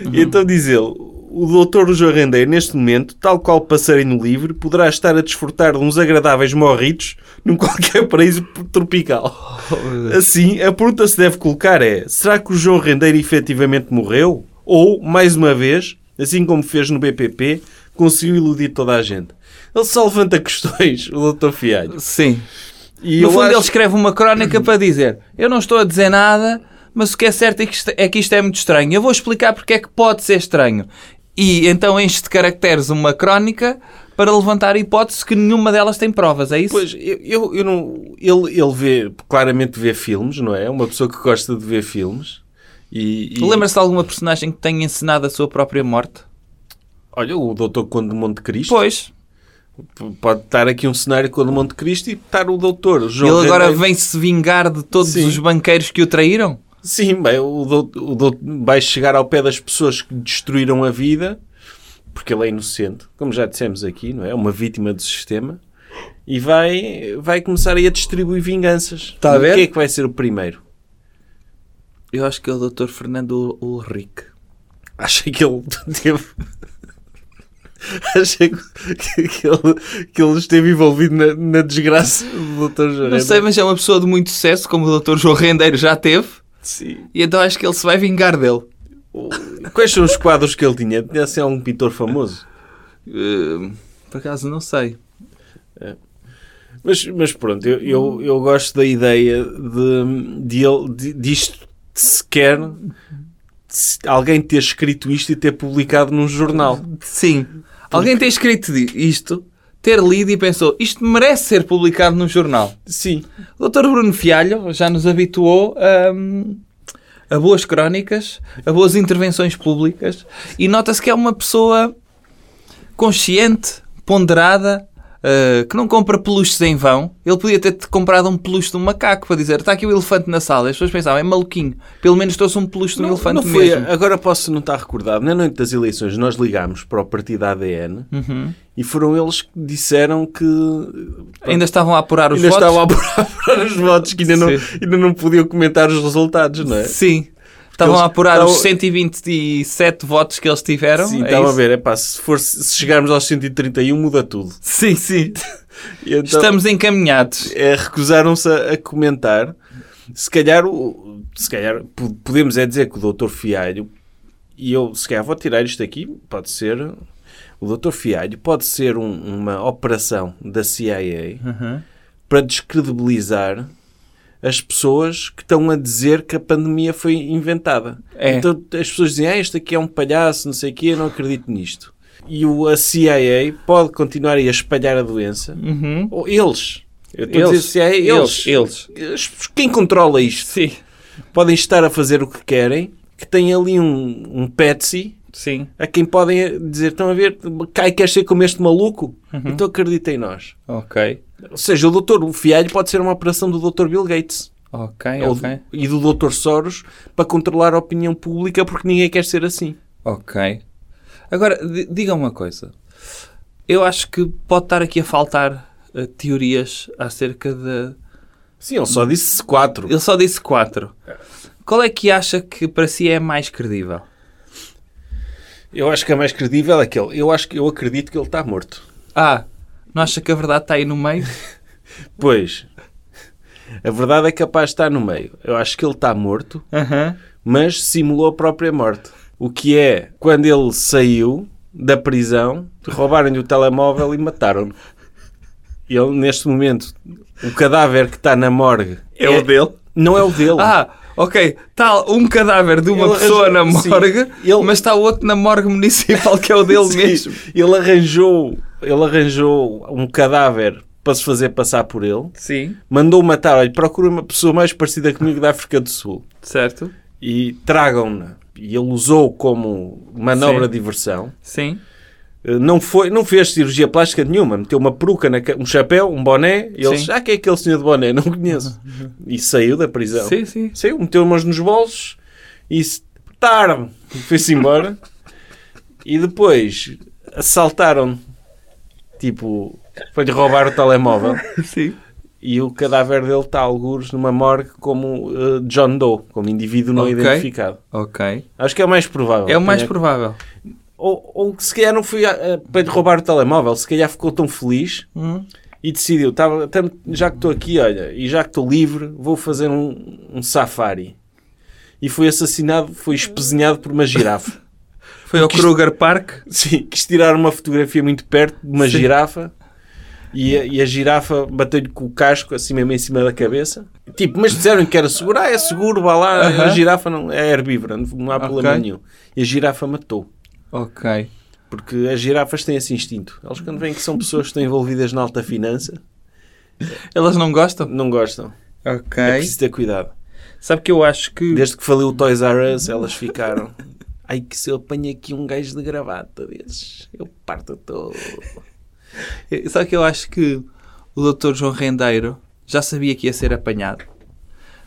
S3: Uhum.
S2: Então diz ele, o doutor João Rendeiro, neste momento, tal qual passarinho livre, poderá estar a desfrutar de uns agradáveis morritos num qualquer <laughs> paraíso tropical.
S3: Oh,
S2: Assim, a pergunta que se deve colocar é, será que o João Rendeiro efetivamente morreu? Ou, mais uma vez, assim como fez no BPP, conseguiu iludir toda a gente? Ele só levanta <laughs> questões, o doutor Fialho.
S3: Sim.
S2: E
S3: no
S2: eu
S3: fundo,
S2: acho-
S3: ele escreve uma crónica para dizer: Eu não estou a dizer nada, mas o que é certo é que isto é, que isto é muito estranho. Eu vou explicar porque é que pode ser estranho. E então enche de caracteres uma crónica para levantar hipóteses que nenhuma delas tem provas, é isso?
S2: Pois, eu, eu, eu não. Ele, ele vê, claramente vê filmes, não é? É Uma pessoa que gosta de ver filmes. E, e-
S3: Lembra-se de alguma personagem que tenha encenado a sua própria morte?
S2: Olha, o Doutor Conde de Monte Cristo.
S3: Pois.
S2: P- Pode estar aqui um cenário com o Conde de Monte Cristo e estar o Doutor João
S3: ele agora
S2: Rendeiro.
S3: vem-se vingar de todos
S2: Sim.
S3: os banqueiros que o traíram?
S2: Sim, bem, o doutor, o doutor vai chegar ao pé das pessoas que destruíram a vida, porque ele é inocente, como já dissemos aqui, não é? É uma vítima do sistema. E vai, vai começar aí a distribuir vinganças.
S3: Tá a
S2: E
S3: ver?
S2: Quem é que vai ser o primeiro?
S3: Eu acho que é o Dr. Fernando Ulrich.
S2: Acha que ele <laughs> teve. Acha que, que ele, que ele esteve envolvido na, na desgraça do Dr. Jorge.
S3: Não sei, mas é uma pessoa de muito sucesso, como o Dr. João Rendeiro já teve,
S2: Sim.
S3: e então acho que ele se vai vingar dele.
S2: Quais são os quadros que ele tinha? Tinha assim algum pintor famoso.
S3: Eh, por acaso não sei.
S2: Mas, mas pronto, eu, eu, eu gosto da ideia de, de, ele- de, disto sequer se- alguém ter escrito isto e ter publicado num jornal.
S3: Sim. Alguém tem escrito di- isto, ter lido e pensou, isto merece ser publicado num jornal.
S2: Sim.
S3: O Dr. Bruno Fialho já nos habituou hum, a, boas crónicas, a boas intervenções públicas e nota-se que é uma pessoa consciente, ponderada, uh, que não compra peluches em vão. Ele podia ter comprado um peluche de um macaco para dizer está aqui o elefante na sala. E As pessoas pensavam, é maluquinho, pelo menos trouxe um peluche de um
S2: Não,
S3: elefante
S2: não foi,
S3: mesmo.
S2: agora posso não estar recordado. Na noite das eleições nós ligámos para o partido ADN
S3: Uhum.
S2: e foram eles que disseram que <laughs>
S3: Ainda estavam a apurar os
S2: ainda
S3: votos.
S2: estavam a apurar os votos, que ainda não,
S3: Sim.
S2: ainda não podiam comentar os resultados, não é?
S3: <laughs> Sim. Estavam
S2: eles
S3: a apurar os
S2: estavam-
S3: 127 votos que eles tiveram.
S2: Sim,
S3: é
S2: estava a
S3: isso?
S2: ver. É pá, se, for, se chegarmos aos 131 muda tudo.
S3: Sim, sim.
S2: E então-
S3: Estamos encaminhados.
S2: é, recusaram-se a, a comentar. Se calhar, o- se calhar po- podemos é dizer que o doutor Fialho, e eu se calhar vou tirar isto aqui, pode ser, o doutor Fialho pode ser um- uma operação da CIA
S3: Uhum.
S2: para descredibilizar as pessoas que estão a dizer que a pandemia foi inventada.
S3: É.
S2: Então as pessoas dizem, ah, este aqui é um palhaço, não sei o quê, eu não acredito nisto. E o, a CIA pode continuar aí a espalhar a doença,
S3: Uhum.
S2: ou eles. Eu estou a
S3: Eles.
S2: dizer se é eles.
S3: Eles,
S2: As- Quem controla isto?
S3: Sim.
S2: Podem estar a fazer o que querem, que tem ali um, um Petsy
S3: Sim.
S2: a quem podem dizer: estão a ver, cai, queres ser como este maluco?
S3: Uhum.
S2: Então acredita em nós.
S3: Ok.
S2: Ou seja, o doutor Fialho pode ser uma operação do doutor Bill Gates.
S3: Ok,
S2: Ou-
S3: É, ok.
S2: e do Dr. Soros para controlar a opinião pública porque ninguém quer ser assim.
S3: Ok. Agora, di- diga uma coisa. Eu acho que pode estar aqui a faltar eh, teorias acerca de.
S2: Sim, ele só disse quatro.
S3: Ele só disse quatro. Qual é que acha que para si é mais credível?
S2: Eu acho que a mais credível é aquele. Eu acho que eu acredito que ele está morto.
S3: Ah, não acha que a verdade está aí no meio?
S2: Pois. A verdade é capaz de estar no meio. Eu acho que ele está morto,
S3: Aham.
S2: mas simulou a própria morte. O que é, quando ele saiu da prisão, roubaram-lhe o telemóvel e mataram-no. Ele, neste momento, o cadáver que está na morgue...
S3: <laughs> É o dele?
S2: Não é o dele.
S3: Ah, ok. Está um cadáver de uma
S2: Ele
S3: pessoa na
S2: arranjou- sim.
S3: morgue,
S2: Ele-
S3: mas está outro na morgue municipal que é o <laughs> dele
S2: Sim.
S3: mesmo.
S2: Ele arranjou, ele arranjou um cadáver para se fazer passar por ele.
S3: Sim.
S2: Mandou matar, olha, procura uma pessoa mais parecida comigo da África do Sul
S3: Certo?
S2: e tragam-na. E ele usou como manobra
S3: Sim.
S2: de diversão.
S3: Sim.
S2: Eh, Não, foi, não fez cirurgia plástica nenhuma, meteu uma peruca, na ca- um chapéu, um boné, e eles,
S3: Sim.
S2: ah, quem é aquele senhor de boné? Não conheço. E saiu da prisão.
S3: Sim, sim.
S2: Saiu, meteu umas nos bolsos e se- tarde foi-se embora. e depois assaltaram tipo, foi-lhe roubar o telemóvel.
S3: Sim.
S2: E o cadáver dele está, algures, numa morgue como eh, John Doe, como indivíduo não
S3: Ok.
S2: identificado.
S3: Ok.
S2: Acho que é o mais provável.
S3: É o mais
S2: Tinha-
S3: provável.
S2: Ou, ou que se calhar não foi eh, para lhe roubar o telemóvel, se calhar ficou tão feliz
S3: Hum.
S2: e decidiu, "Tava- tam- já que estou aqui, olha, e já que estou livre, vou fazer um, um safari. E foi assassinado, foi espezinhado por uma
S3: <laughs>
S2: girafa.
S3: Foi ao Kruger Park.
S2: Sim, quis tirar uma fotografia muito perto de uma
S3: Sim.
S2: girafa e a, e a girafa bateu-lhe com o casco assim mesmo em cima da cabeça. Tipo, mas disseram que era seguro, ah, é seguro, vá lá, a
S3: Aham.
S2: girafa não, é herbívora, não, não há problema
S3: Ok.
S2: nenhum. E a girafa matou.
S3: Ok.
S2: Porque as girafas têm esse instinto. Elas quando veem que são pessoas que estão envolvidas na alta finança,
S3: Elas não gostam?
S2: não gostam.
S3: Ok.
S2: É preciso ter cuidado.
S3: Sabe que eu acho que.
S2: Desde que faliu o Toys R Us, elas ficaram. Ai, que se eu apanho aqui um gajo de gravata desses, eu parto todo.
S3: Sabe que eu acho que o Dr. João Rendeiro já sabia que ia ser apanhado,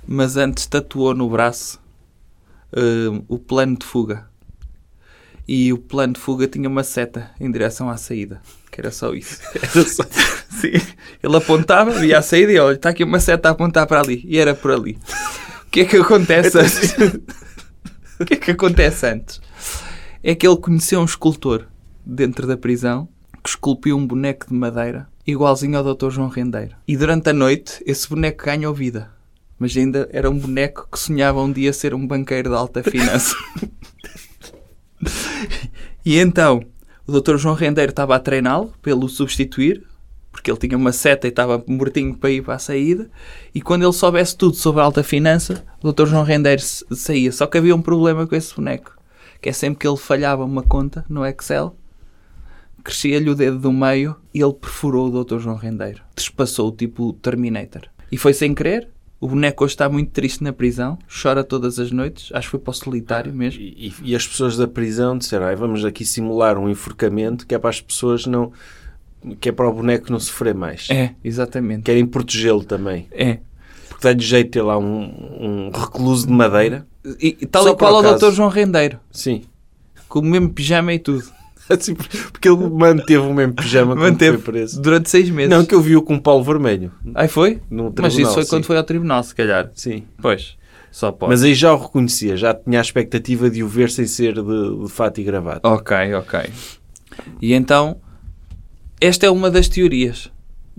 S3: mas antes tatuou no braço hum, o plano de fuga. E o plano de fuga tinha uma seta em direção à saída, que era só <laughs> isso.
S2: Era só-
S3: Sim. Ele apontava, via a saída e olha, está aqui uma seta a apontar para ali. E era por ali. O que é que acontece antes? O que é que acontece antes? É que ele conheceu um escultor dentro da prisão que esculpiu um boneco de madeira igualzinho ao Dr. João Rendeiro. E durante a noite esse boneco ganhou vida. Mas ainda era um boneco que sonhava um dia ser um banqueiro de alta <laughs> finança. E então, o Dr. João Rendeiro estava a treiná-lo pelo substituir, porque ele tinha uma seta e estava mortinho para ir para a saída. E quando ele soubesse tudo sobre a alta finança, o Dr. João Rendeiro s- saía. Só que havia um problema com esse boneco, que é sempre que ele falhava uma conta no Excel, crescia-lhe o dedo do meio e ele perforou o Dr. João Rendeiro. Despassou o tipo Terminator. E foi sem querer. O boneco hoje está muito triste na prisão, chora todas as noites, acho que foi para o solitário mesmo.
S2: E, e- e as pessoas da prisão disseram: "Ai, vamos aqui simular um enforcamento que é para as pessoas não. que é para o boneco não sofrer mais.
S3: É, exatamente.
S2: Querem protegê-lo também.
S3: É,
S2: Porque dá-lhe jeito ter lá um, um recluso de madeira.
S3: E, e tal
S2: Só
S3: e qual
S2: por
S3: ao
S2: acaso.
S3: Dr. João Rendeiro,
S2: Sim. <laughs>
S3: com o mesmo pijama e tudo.
S2: Assim, porque ele manteve o mesmo pijama quando foi
S3: Manteve
S2: preso.
S3: durante seis meses.
S2: Não, que eu vi-o com um pau vermelho.
S3: Aí foi?
S2: No tribunal,
S3: Mas isso foi quando
S2: sim.
S3: foi ao tribunal, se calhar.
S2: Sim.
S3: Pois, só pode.
S2: Mas aí já o reconhecia, já tinha a expectativa de o ver sem ser de, de fato e gravata.
S3: Ok, ok. E então, esta é uma das teorias.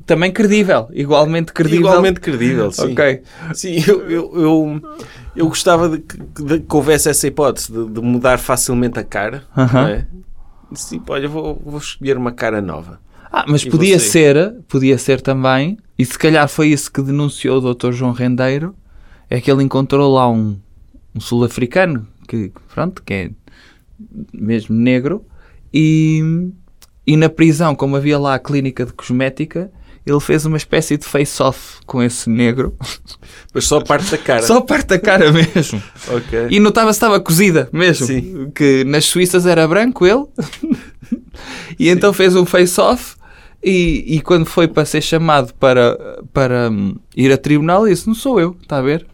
S3: Também credível, igualmente credível.
S2: Igualmente credível, sim.
S3: Ok.
S2: Sim, eu, eu, eu, eu gostava de que, de que houvesse essa hipótese de, de mudar facilmente a cara.
S3: Aham.
S2: não é? Sim, olha, vou, vou escolher uma cara nova.
S3: Ah, mas
S2: E
S3: podia
S2: você?
S3: ser, podia ser também, e se calhar foi isso que denunciou o Dr. João Rendeiro, é que ele encontrou lá um, um sul-africano, que pronto, que é mesmo negro, e, e na prisão, como havia lá a clínica de cosmética, ele fez uma espécie de face-off com esse negro,
S2: Mas só a parte da cara.
S3: só parte da cara mesmo,
S2: Ok.
S3: e notava-se que estava cozida mesmo,
S2: Sim. <laughs>
S3: que nas Suíças era branco ele, e então fez um face-off E, e quando foi para ser chamado para, para hum, ir a tribunal, disse: Não sou eu, está a ver?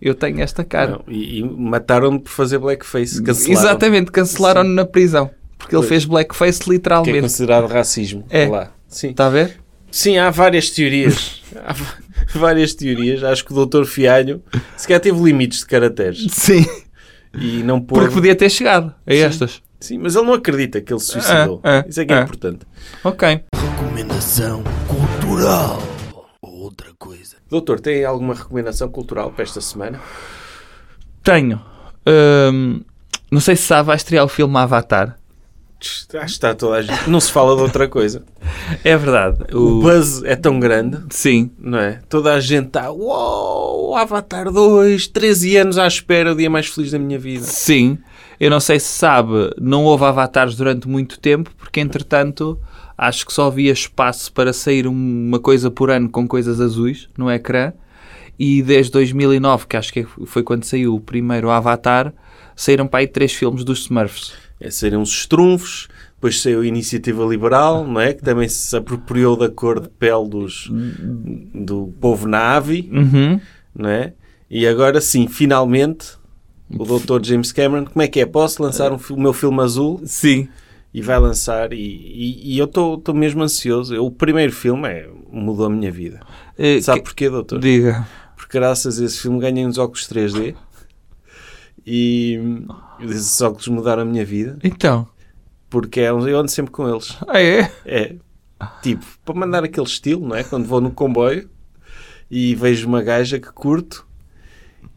S3: Eu tenho esta cara.
S2: Não, e, e mataram-no por fazer blackface. Cancelaram.
S3: Exatamente, cancelaram-no na prisão. Porque ele
S2: Pois.
S3: fez blackface
S2: Que é
S3: literalmente.
S2: considerado racismo.
S3: É.
S2: Lá. Sim.
S3: Está a ver?
S2: Sim, há várias <laughs> teorias. há va- várias teorias. Acho que o Dr. Fialho sequer teve limites de caracteres.
S3: Sim.
S2: E não pôde.
S3: Porque podia ter chegado a estas.
S2: Sim, mas ele não acredita que ele se suicidou.
S3: Ah, ah,
S2: Isso é que é
S3: ah.
S2: importante.
S3: Ok.
S1: Recomendação cultural. Outra coisa.
S2: Doutor, tem alguma recomendação cultural para esta semana?
S3: Tenho. Hum, não sei se sabe, vai estrear o filme Avatar.
S2: Acho que está toda a gente. Não se fala de outra coisa.
S3: É verdade.
S2: O
S3: O-
S2: buzz é tão grande,
S3: Sim.
S2: não é? Toda a gente está. Uou, Avatar 2, 13 anos à espera, o dia mais feliz da minha vida.
S3: Sim. Eu não sei se sabe, não houve avatares durante muito tempo, porque entretanto acho que só havia espaço para sair um, uma coisa por ano com coisas azuis no ecrã. E desde 2009, que acho que foi quando saiu o primeiro Avatar, saíram para aí três filmes dos Smurfs.
S2: É, saíram os trunfos, depois saiu a Iniciativa Liberal, não é? Que também se apropriou da cor de pele dos, do povo nave,
S3: Uhum.
S2: não é? E agora sim, finalmente, o Dr. James Cameron, como é que é? Posso lançar um fi- o meu filme azul?
S3: Sim.
S2: E vai lançar, e, e- e eu estou mesmo ansioso. Eu- o primeiro filme é, mudou a minha vida.
S3: Eh,
S2: Sabe
S3: que-
S2: porquê, doutor?
S3: Diga.
S2: Porque graças a esse filme ganhei uns óculos 3D e hum, esses óculos mudaram a minha vida
S3: Então.
S2: porque é- eu ando sempre com eles.
S3: Ah, é?
S2: É. Tipo, para mandar aquele estilo, não é? Quando vou no comboio e vejo uma gaja que curto,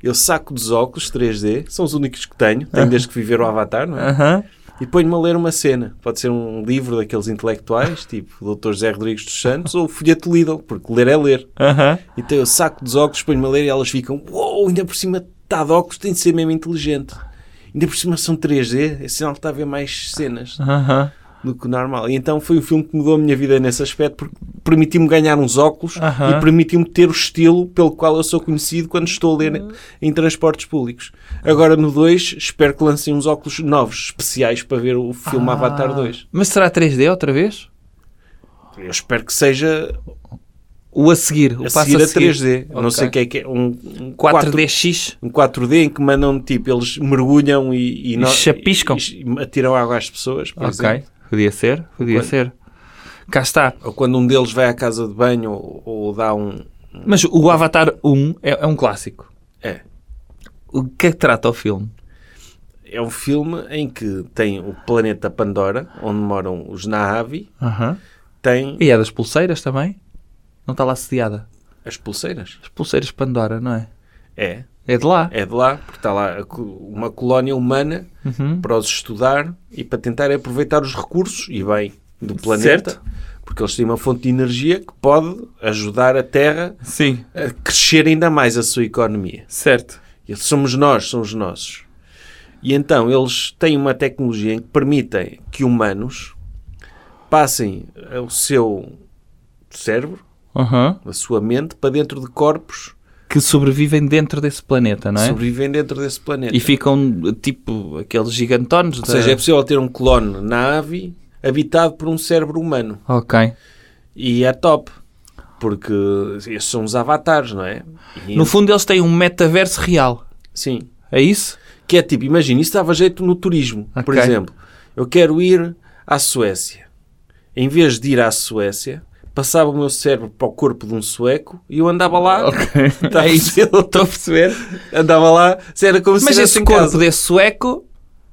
S2: eu saco dos óculos 3D, são os únicos que tenho, tenho desde que viver o Avatar, não é?
S3: Aham.
S2: E ponho-me a ler uma cena. Pode ser um livro daqueles intelectuais, tipo o Dr. José Rodrigues dos Santos ou o Folheto Lidl, porque ler é ler.
S3: Aham.
S2: Então eu saco dos óculos, ponho-me a ler e elas ficam, uou, ainda por cima está de óculos, tem de ser mesmo inteligente. Ainda por cima são 3D, é sinal que está a ver mais cenas
S3: Aham.
S2: do que o normal. E então foi um filme que mudou a minha vida nesse aspecto, porque permitiu-me ganhar uns óculos
S3: Aham.
S2: e permitiu-me ter o estilo pelo qual eu sou conhecido quando estou a ler em transportes públicos. Agora no 2, espero que lancem uns óculos novos, especiais, para ver o filme
S3: Ah.
S2: Avatar 2.
S3: Mas será 3D outra vez?
S2: Eu espero que seja
S3: O a seguir, o
S2: a
S3: passo
S2: seguir a
S3: a seguir.
S2: 3D. Eu Não sei o que é que é. Um, um
S3: 4DX.
S2: um 4D em que mandam, tipo, eles mergulham e...
S3: E chapiscam.
S2: E, e atiram água às pessoas, por exemplo.
S3: Ok. Podia ser, podia
S2: Quando-
S3: ser. Cá está.
S2: Ou quando um deles vai à casa de banho ou, ou dá um...
S3: Mas o Avatar 1 é, é um clássico.
S2: É.
S3: O que é que trata o filme?
S2: É um filme em que tem o planeta Pandora, onde moram os Nahavi,
S3: Aham.
S2: tem
S3: E é das pulseiras também? Não está lá sediada?
S2: as pulseiras.
S3: As pulseiras Pandora, não é?
S2: É,
S3: É de lá.
S2: é de lá, porque está lá a co- uma colónia humana
S3: Uhum.
S2: para os estudar e para tentar aproveitar os recursos, e bem, do planeta. Porque eles têm uma fonte de energia que pode ajudar a Terra
S3: Sim,
S2: a crescer ainda mais a sua economia.
S3: certo.
S2: E Somos nós, são os nossos. E então eles têm uma tecnologia em que permitem que humanos passem o seu cérebro,
S3: Aham.
S2: a sua mente, para dentro de corpos
S3: Que sobrevivem dentro desse planeta, não
S2: que
S3: é?
S2: sobrevivem dentro desse planeta.
S3: E ficam tipo aqueles gigantones.
S2: Ou seja, é possível ter um clone na ave habitado por um cérebro humano.
S3: Ok.
S2: E é top. Porque esses são os avatares, não é? E-
S3: No fundo, eles têm um metaverso real.
S2: Sim. <laughs>
S3: É isso?
S2: Que é tipo, imagina, isso dava jeito no turismo. Por
S3: Ok.
S2: exemplo, eu quero ir à Suécia. Em vez de ir à Suécia, passava o meu cérebro para o corpo de um sueco e eu andava lá. <laughs> Tá
S3: é isso. Estou a perceber.
S2: Andava lá, se era como se
S3: Mas
S2: estivesse
S3: esse
S2: assim em
S3: corpo
S2: casa.
S3: desse sueco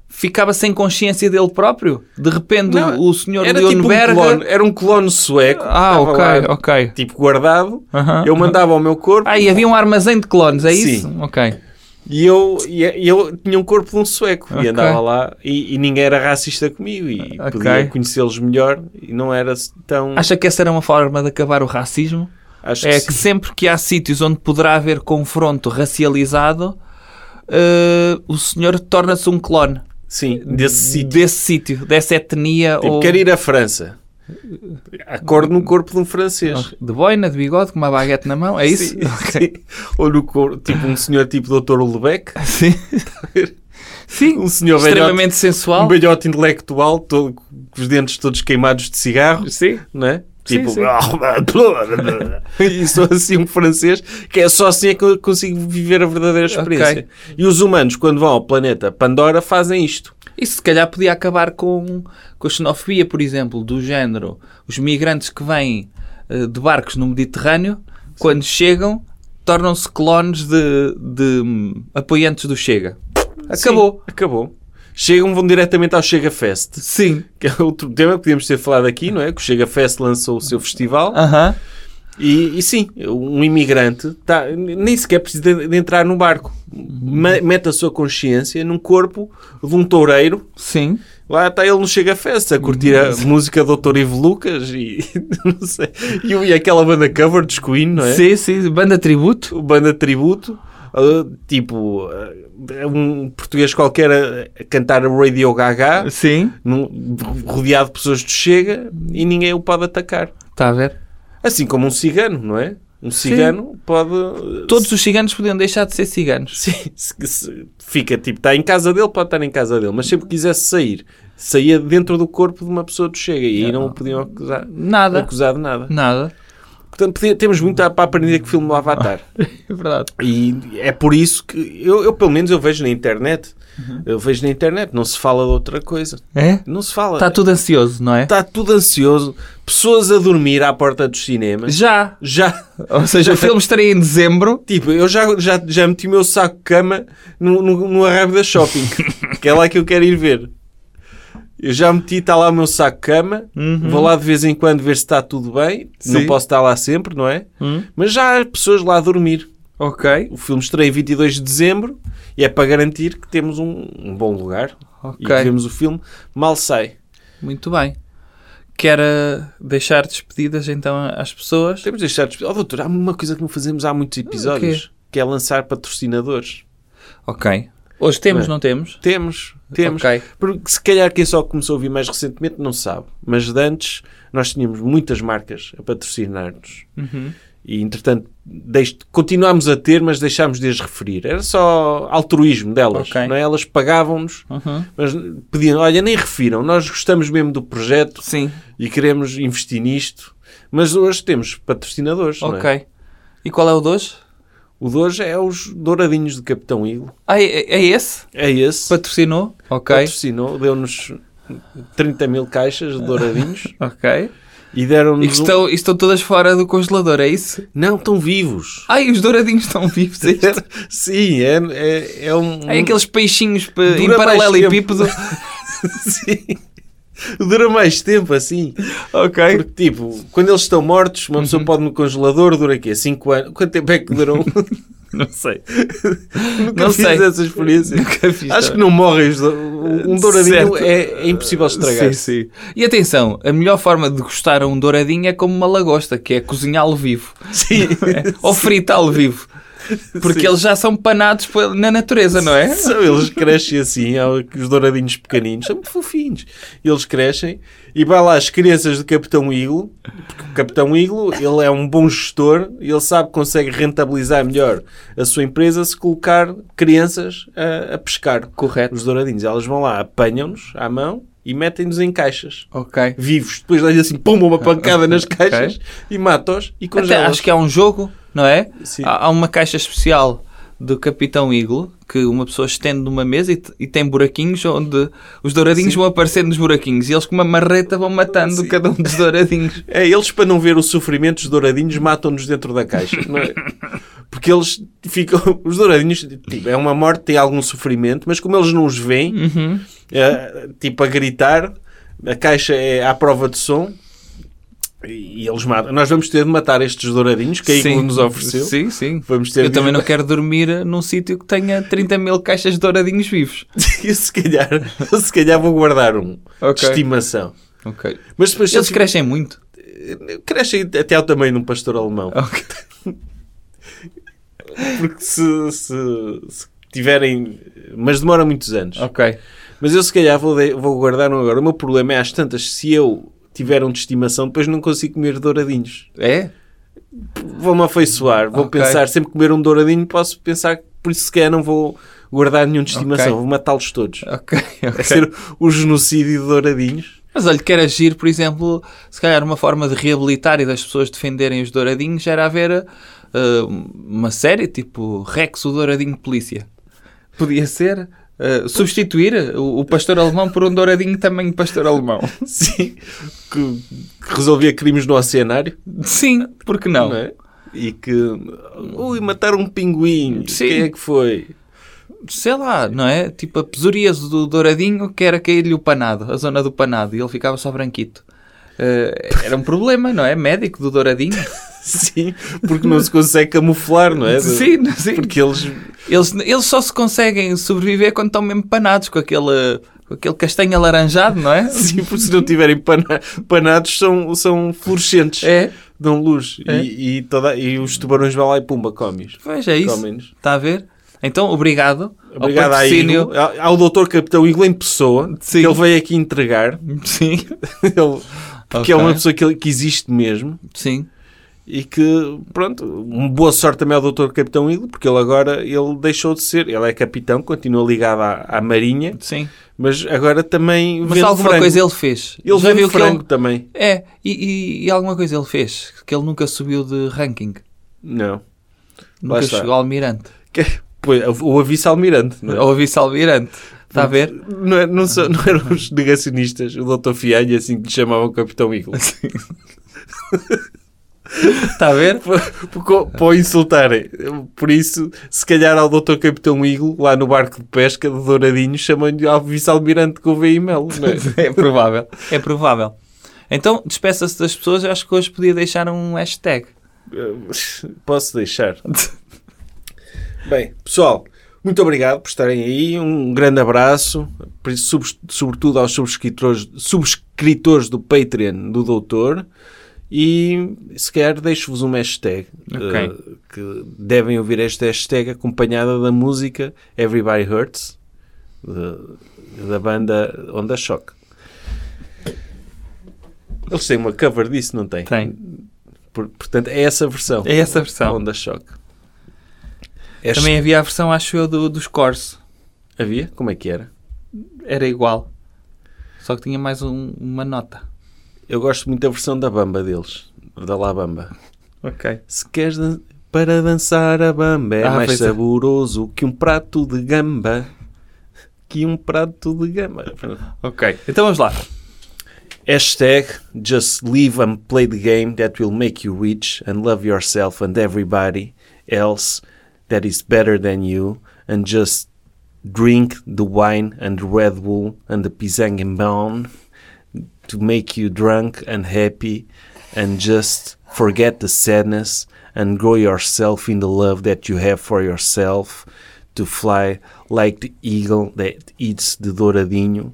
S3: ficava sem consciência dele próprio. De repente,
S2: Não,
S3: o senhor
S2: Era tipo um
S3: Leonberger...
S2: clone, era um clone sueco.
S3: ah,
S2: estava
S3: ok,
S2: lá,
S3: ok.
S2: Tipo guardado.
S3: Aham.
S2: Eu mandava ao meu corpo
S3: Ah, e havia um armazém de clones, é isso?
S2: Sim.
S3: Ok.
S2: e eu, e e eu tinha um corpo de um sueco e
S3: Ok.
S2: andava lá e, e ninguém era racista comigo e
S3: Ok.
S2: podia conhecê-los melhor e não era tão...
S3: Acha que essa era uma forma de acabar o racismo?
S2: acho
S3: é
S2: sim.
S3: que sempre que há sítios onde poderá haver confronto racializado, eh, o senhor torna-se um clone
S2: Sim, desse sítio.
S3: desse sítio, dessa etnia
S2: Tipo,
S3: ou
S2: quero ir à França. Acordo no corpo de um francês.
S3: de boina, de bigode, com uma baguete na mão, é isso? <laughs>
S2: Sim, sim. Ou no corpo, tipo um senhor tipo Dr. Lubeck.
S3: Sim.
S2: Tá
S3: Sim,
S2: Um senhor velhote,
S3: extremamente sensual.
S2: um velhote intelectual, todo, com os dentes todos queimados de cigarro,
S3: Sim.
S2: não é? Tipo,
S3: sim.
S2: <laughs> e sou assim um francês que é só assim é que eu consigo viver a verdadeira experiência. E os humanos, quando vão ao planeta Pandora, fazem isto.
S3: Isso se calhar podia acabar com, com a xenofobia, por exemplo, do género os migrantes que vêm eh, de barcos no Mediterrâneo, quando chegam, tornam-se clones de, de, hum, apoiantes do Chega. Acabou.
S2: Sim, acabou. Chegam, vão diretamente ao Chega Fest,
S3: Sim.
S2: que é outro tema que podíamos ter falado aqui, não é? Que o Chega Fest lançou o seu festival.
S3: Aham.
S2: E, e sim, um imigrante tá, nem sequer precisa de, de entrar num barco. Ma- Mete a sua consciência num corpo de um toureiro.
S3: Sim.
S2: Lá está ele no Chega Festa a curtir a música do Dr. Ivo Lucas e, <laughs> não sei, e, o- e aquela banda cover dos Queen, não é?
S3: Sim, sim. Banda tributo.
S2: O Banda tributo. ah, tipo, ah, um português qualquer a, a cantar Radio Gaga,
S3: Sim.
S2: num- rodeado de pessoas do Chega e ninguém o pode atacar.
S3: Está Tá a ver?
S2: Assim como um cigano, não é? Um cigano pode.
S3: Todos os ciganos podiam deixar de ser ciganos.
S2: Sim, se- se- fica tipo, está em casa dele, pode estar em casa dele, mas sempre que quisesse sair, saía dentro do corpo de uma pessoa do Chega e aí não o podiam acusar,
S3: Nada.
S2: acusar de nada.
S3: Nada.
S2: Portanto, podia- temos muito a- para aprender que filme do Avatar.
S3: É verdade.
S2: E é por isso que eu, eu, pelo menos, eu vejo na internet, eu vejo na internet, não se fala de outra coisa.
S3: É?
S2: Não se fala.
S3: Está tudo ansioso, não é?
S2: Está Tá tudo ansioso, pessoas a dormir à porta dos cinemas.
S3: Já.
S2: Já,
S3: Ou seja, o filme estaria em dezembro.
S2: Tipo, eu já, já, já meti o meu saco de cama no, no, no arraio da shopping, <laughs> que é lá que eu quero ir ver. Eu já meti, está lá o meu saco de cama, vou lá de vez em quando ver se está tudo bem. Não
S3: Uhum. Sim.
S2: posso estar lá sempre, não é?
S3: Hum.
S2: Mas já há pessoas lá a dormir.
S3: Ok.
S2: O filme estreia em 22 de dezembro e é para garantir que temos um, um bom lugar e que
S3: Ok.
S2: vemos o filme. Mal sai.
S3: Muito bem. Quero eh, deixar despedidas então às pessoas.
S2: Temos de deixar... de- Oh, doutor, há uma coisa que não fazemos há
S3: Ah,
S2: muitos episódios, que é lançar patrocinadores.
S3: Ok. Hoje temos, não é? temos?
S2: Temos, temos.
S3: Ok.
S2: Porque se calhar quem só começou a ouvir mais recentemente não sabe, mas de antes nós tínhamos muitas marcas a patrocinar-nos.
S3: Uhum.
S2: E entretanto deix- continuámos a ter, mas deixámos de as referir. Era só altruísmo delas.
S3: Ok.
S2: Não é? Elas pagavam-nos,
S3: Uhum.
S2: mas pediam: olha, nem refiram, nós gostamos mesmo do projeto
S3: Sim.
S2: e queremos investir nisto. Mas hoje temos patrocinadores. não é?
S3: Ok. E qual é o de hoje?
S2: O de hoje é os Douradinhos do Capitão Iglo.
S3: Ah, é, é esse?
S2: É esse.
S3: Patrocinou? Ok.
S2: Patrocinou, deu-nos 30 mil caixas de Douradinhos.
S3: Ok.
S2: <laughs> E
S3: E
S2: deram-nos.
S3: que
S2: um-
S3: estão, e estão todas fora do congelador, é isso?
S2: Não, estão vivos.
S3: Ai, os douradinhos estão <laughs> vivos. é isto?
S2: <laughs> Sim, é, é, é um.
S3: Ai, aqueles peixinhos pa- em
S2: Dura mais
S3: paralelepípedo.
S2: Sim. Dura mais tempo assim.
S3: <laughs> ok.
S2: Porque, tipo, quando eles estão mortos, uma pessoa pode no congelador, dura quê? 5 anos? Quanto tempo é que duram? <laughs>
S3: Não sei.
S2: Nunca
S3: Não
S2: fiz
S3: sei.
S2: essa experiência.
S3: Nunca fiz
S2: Acho
S3: também.
S2: que não morrem. os do- Um douradinho
S3: Certo.
S2: é, é impossível estragar.
S3: Sim, sim. E atenção, a melhor forma de gostar a um douradinho é como uma lagosta, que é
S2: <laughs>
S3: cozinhá-lo vivo.
S2: Sim.
S3: Ou fritá-lo vivo. Porque
S2: Sim.
S3: eles já são panados pe- na natureza, <laughs> não é?
S2: São, eles crescem assim, há os douradinhos pequeninos, são muito fofinhos. Eles crescem e vai lá as crianças do Capitão Iglo, porque o Capitão Iglo ele é um bom gestor, ele sabe que consegue rentabilizar melhor a sua empresa se colocar crianças a, a pescar.
S3: Correto.
S2: Os douradinhos, elas vão lá, apanham-nos à mão e metem-nos em caixas.
S3: Ok.
S2: Vivos, depois dá-lhe assim, pum, uma pancada
S3: <laughs>
S2: nas caixas e mata-os e
S3: Até
S2: congela
S3: acho que há um jogo, não é?
S2: Sim.
S3: Há, há uma caixa especial do Capitão Iglo que uma pessoa estende numa mesa e, t- e tem buraquinhos onde os douradinhos vão aparecendo nos buraquinhos e eles com uma marreta vão matando cada um dos douradinhos.
S2: É, eles para não ver o sofrimento dos douradinhos matam-nos dentro da caixa, não
S3: <laughs>
S2: é? Porque eles ficam... Os douradinhos, tipo, é uma morte, tem algum sofrimento, mas como eles não os veem,
S3: Uhum.
S2: é, tipo, a gritar, a caixa é à prova de som, e, e eles matam. Nós vamos ter de matar estes douradinhos que a Iglo nos ofereceu.
S3: Sim, sim.
S2: Vamos ter
S3: Eu
S2: de-
S3: também não quero dormir num sítio que tenha 30 mil caixas de douradinhos vivos.
S2: <laughs> Eu, se calhar, eu se calhar vou guardar um de
S3: Ok.
S2: estimação.
S3: Ok.
S2: Mas depois
S3: Eles crescem muito.
S2: crescem até ao tamanho de um pastor alemão.
S3: Ok.
S2: <laughs> Porque se, se- se tiverem. Mas demora muitos anos.
S3: Ok.
S2: Mas eu, se calhar, vou, de- vou guardar um agora. O meu problema é às tantas, se eu tiver um de estimação, depois não consigo comer douradinhos.
S3: É?
S2: Vou-me afeiçoar, vou
S3: Ok.
S2: pensar, sempre que comer um douradinho, posso pensar que por isso, se calhar, não vou guardar nenhum de estimação,
S3: Ok.
S2: vou matá-los todos.
S3: Ok,
S2: Vai
S3: ok.
S2: ser o genocídio de douradinhos. <laughs>
S3: Mas olha, que era giro, por exemplo, se calhar uma forma de reabilitar e das pessoas defenderem os douradinhos era haver eh, uma série tipo Rex, o douradinho polícia. Podia ser eh, substituir o, o pastor alemão por um douradinho também pastor alemão.
S2: Sim. Que, que resolvia crimes no oceanário.
S3: Sim, porque não?
S2: não é? E que. Ui, mataram um pinguim.
S3: Sim.
S2: Quem é que foi? <laughs>
S3: Sei lá, não é? Tipo a psoríase do douradinho que era cair-lhe o panado, a zona do panado, e ele ficava só branquito. Eh, era um problema, não é? Médico do douradinho.
S2: Sim, porque não se consegue camuflar, <laughs> não é?
S3: Sim, sim.
S2: Porque eles.
S3: Eles, eles só se conseguem sobreviver quando estão mesmo panados com aquele, com aquele castanho alaranjado,
S2: <laughs>
S3: não é?
S2: Sim, porque se não tiverem pana- panados, são, são fluorescentes.
S3: É.
S2: Dão luz. E, e toda, e os tubarões vão lá e pumba, comes.
S3: Pois é isso.
S2: Comem-nos.
S3: Está a ver? Então, obrigado,
S2: Obrigado
S3: ao
S2: à
S3: patrocínio.
S2: Iglo, ao- ao doutor Capitão Iglem Pessoa,
S3: Sim.
S2: que ele veio aqui entregar,
S3: <laughs>
S2: <laughs>
S3: Sim.
S2: Ele- porque
S3: Ok.
S2: é uma pessoa que, ele- que existe mesmo
S3: Sim.
S2: e que, pronto, uma boa sorte também ao doutor Capitão Iglem, porque ele agora ele deixou de ser, ele é capitão, continua ligado à, à marinha,
S3: Sim.
S2: mas agora também
S3: Mas
S2: vende
S3: alguma
S2: frango.
S3: coisa ele fez.
S2: Ele
S3: Já
S2: vende
S3: viu que ele-
S2: frango também.
S3: É, e, e- e alguma coisa ele fez que ele nunca subiu de ranking.
S2: Não.
S3: Nunca
S2: está.
S3: chegou ao almirante.
S2: Que- Pois, o vice-almirante, não é?
S3: Ou a vice-almirante. Está a ver?
S2: Não, é- não são- não eram os negacionistas, o doutor Fialho, assim que lhe chamavam Capitão <laughs> Iglem.
S3: Está a <laughs> ver?
S2: Para o insultarem. Por isso, se calhar ao Dr. Capitão Iglo, lá no barco de pesca de Douradinho, chamam-lhe ao vice-almirante Gouveia e Melo. não é?
S3: É provável. É provável. Então, despeça-se das pessoas. Eu acho que hoje podia deixar um hashtag.
S2: <laughs> Posso deixar. Bem, pessoal, muito obrigado por estarem aí. Um grande abraço, por isso, sobres- sobretudo aos subscritores, subscritores do Patreon do Doutor. E se calhar deixo-vos uma hashtag
S3: Ok.
S2: eh, que devem ouvir esta hashtag acompanhada da música Everybody Hurts de- da banda Onda Shock. Eles têm uma cover disso, não têm?
S3: Tem.
S2: Por- portanto, é essa versão.
S3: É essa versão.
S2: Onda Shock. É
S3: Também havia a versão, acho eu, do, dos Corse.
S2: ch- Havia? Como é que era?
S3: Era igual. Só que tinha mais um- uma nota.
S2: Eu gosto muito da versão da Bamba deles. Da La Bamba.
S3: Ok.
S2: Se queres dan- para dançar a Bamba é
S3: Ah,
S2: mais
S3: pois é.
S2: saboroso que um prato de gamba. Que um prato de gamba.
S3: Ok. Então vamos lá.
S2: Hashtag just leave and play the game that will make you rich and love yourself and everybody else that is better than you and just drink the wine and the Red Bull and the Pisang and Bone to make you drunk and happy and just forget the sadness and grow yourself in the love that you have for yourself to fly like the eagle that eats the douradinho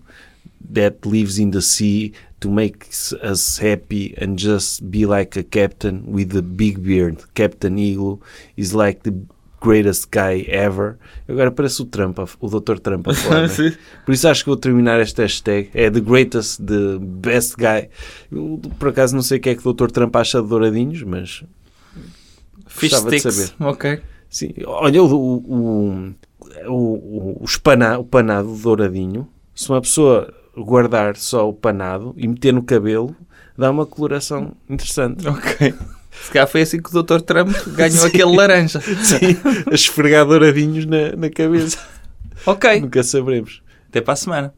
S2: that lives in the sea to make s- us happy and just be like a captain with a big beard. Captain Eagle is like the greatest guy ever. Agora parece o Trump, a f- o Dr. Trump a falar, né? Por isso acho que vou terminar esta hashtag. É the greatest, the best guy. Eu, por acaso não sei o que é que o Dr. Trump acha de douradinhos, mas
S3: Fiz
S2: Gostava de
S3: sticks. Ok.
S2: sim. Olha, o, o, o, o, os pana- o panado douradinho, se uma pessoa guardar só o panado e meter no cabelo, dá uma coloração interessante.
S3: <laughs> Ok. Se calhar foi assim que o Dr. Trump <laughs> ganhou aquele laranja.
S2: Sim, a esfregar douradinhos na, na cabeça.
S3: Ok.
S2: Nunca saberemos.
S3: Até para a semana.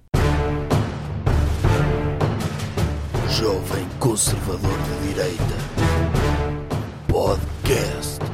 S1: Jovem Conservador de Direita. Podcast.